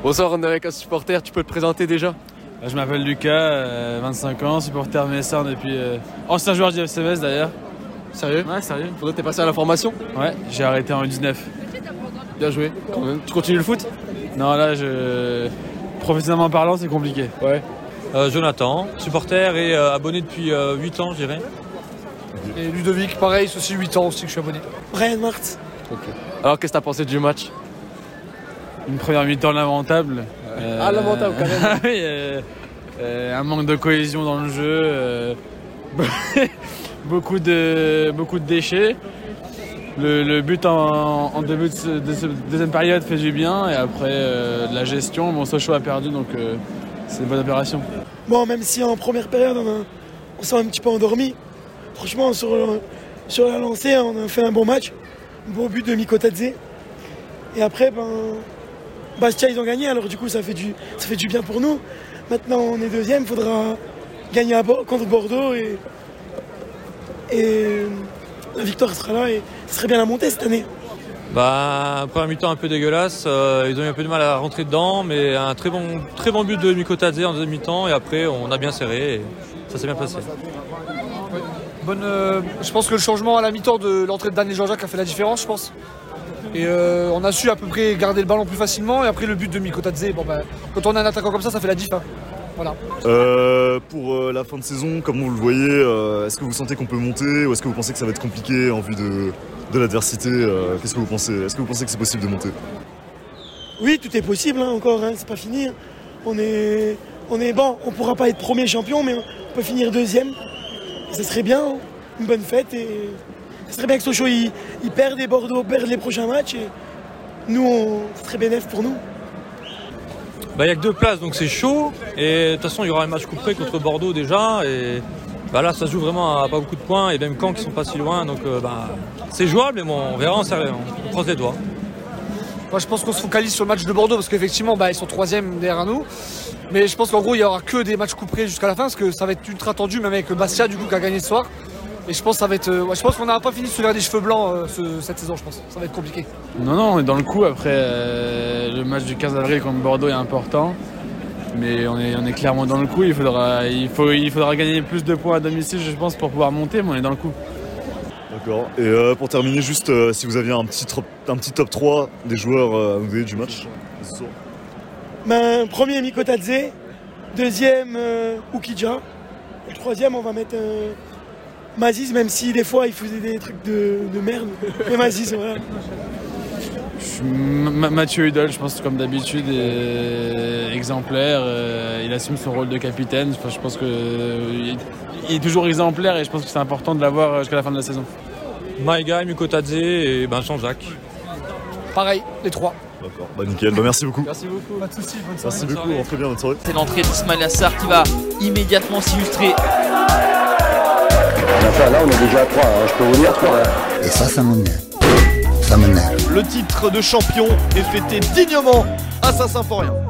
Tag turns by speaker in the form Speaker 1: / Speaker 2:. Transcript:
Speaker 1: Bonsoir, on est avec un supporter, tu peux te présenter déjà
Speaker 2: Je m'appelle Lucas, euh, 25 ans, supporter MSR depuis. euh, ancien joueur du FCMS d'ailleurs.
Speaker 1: Sérieux
Speaker 2: Ouais, sérieux
Speaker 1: Faudrait t'es passé à la formation
Speaker 2: Ouais, j'ai arrêté en U19.
Speaker 1: Bien joué, quand même. Tu continues le foot
Speaker 2: Non, là, je. Professionnellement parlant, c'est compliqué.
Speaker 1: Ouais.
Speaker 3: Euh, Jonathan, supporter et euh, abonné depuis euh, 8 ans, je dirais.
Speaker 4: Et Ludovic, pareil, c'est aussi 8 ans aussi que je suis abonné.
Speaker 5: Brian Martz.
Speaker 1: Alors, qu'est-ce que t'as pensé du match
Speaker 2: Une première mi-temps lamentable. Euh,
Speaker 4: Ah, lamentable, quand même.
Speaker 2: Ah oui, euh, euh, un manque de cohésion dans le jeu, euh, beaucoup, de, beaucoup de déchets. Le, le but en, en début de, ce- de ce- deuxième période fait du bien et après euh, de la gestion, bon Sochaux a perdu donc euh, c'est une bonne opération.
Speaker 5: Bon, même si en première période, on, a- on s'est un petit peu endormi, franchement, sur, le- sur la lancée, on a fait un bon match. Beau but de Mikotadze. Et après, ben, Bastia, ils ont gagné, alors du coup, ça fait du, ça fait du bien pour nous. Maintenant, on est deuxième, faudra gagner à Bo- contre Bordeaux et, et euh, la victoire sera là et ce serait bien la montée cette année.
Speaker 3: Bah, première mi-temps un peu dégueulasse, euh, ils ont eu un peu de mal à rentrer dedans, mais un très bon, très bon but de Mikotadze en deuxième mi-temps, et après on a bien serré, et ça s'est bien passé.
Speaker 4: Bonne, euh, je pense que le changement à la mi-temps de l'entrée de Daniel Jean-Jacques a fait la différence, je pense. Et euh, on a su à peu près garder le ballon plus facilement. Et après, le but de Mikotadze, bon, bah, quand on a un attaquant comme ça, ça fait la diff. hein. Voilà.
Speaker 6: Euh, pour euh, la fin de saison, comme vous le voyez, euh, est-ce que vous sentez qu'on peut monter ou est-ce que vous pensez que ça va être compliqué en vue de, de l'adversité euh, Qu'est-ce que vous pensez Est-ce que vous pensez que c'est possible de monter
Speaker 5: Oui, tout est possible hein, encore, hein, c'est pas fini. On est, on est bon, on pourra pas être premier champion, mais on peut finir deuxième. Ce serait bien, hein, une bonne fête. Et ce serait bien que Sochaux ils ils perdent et Bordeaux perdent les prochains matchs. Et nous, on, ce serait bénéf pour nous.
Speaker 3: Bah, il y a que deux places, donc c'est chaud, et de toute façon il y aura un match coupé contre Bordeaux déjà, et bah, là ça se joue vraiment à pas beaucoup de points, et même Caen qui sont pas si loin, donc euh, bah, c'est jouable, mais bon, on verra, on, serre- on croise les doigts.
Speaker 4: Moi, je pense qu'on se focalise sur le match de Bordeaux parce qu'effectivement, bah, ils sont troisième derrière nous. Mais je pense qu'en gros, il y aura que des matchs couperés jusqu'à la fin parce que ça va être ultra tendu, même avec le Bastia du coup qui a gagné ce soir. Et je pense que ça va être. euh, ouais, je pense qu'on n'a pas fini de se faire des cheveux blancs euh, ce- cette saison, je pense. Ça va être compliqué.
Speaker 2: Non, non, on est dans le coup. Après, euh, le match du 15 avril contre Bordeaux est important. Mais on est, on est clairement dans le coup. Il faudra, il, faut, il faudra gagner plus de points à domicile, je pense, pour pouvoir monter. Mais on est dans le coup.
Speaker 6: D'accord. Et euh, pour terminer, juste euh, si vous aviez un petit, trop- un petit top 3 des joueurs euh, à nous donner du match ce soir.
Speaker 5: Ben, premier Mikotadze, deuxième euh, Ukidja, et troisième on va mettre euh, Mazis, même si des fois il faisait des trucs de, de merde. Mais Mazis, voilà.
Speaker 2: Je suis M- M- Mathieu Hudol, je pense, comme d'habitude, est exemplaire. Euh, il assume son rôle de capitaine. Enfin, je pense que euh, il- il est toujours exemplaire et je pense que c'est important de l'avoir euh, jusqu'à la fin de la saison.
Speaker 3: Maïga, Mikotadze et Vincent Jacques.
Speaker 4: Pareil, les trois.
Speaker 6: D'accord. Bah nickel. Bah, merci beaucoup.
Speaker 4: Merci beaucoup. Pas de soucis, bonne
Speaker 6: Merci beaucoup. Rentrez bien votre soirée.
Speaker 7: C'est l'entrée d'Ismail Assar qui va immédiatement s'illustrer
Speaker 8: Et ça, ça m'énerve. Ça m'énerve.
Speaker 9: Le titre de champion est fêté dignement à Saint-Symphorien.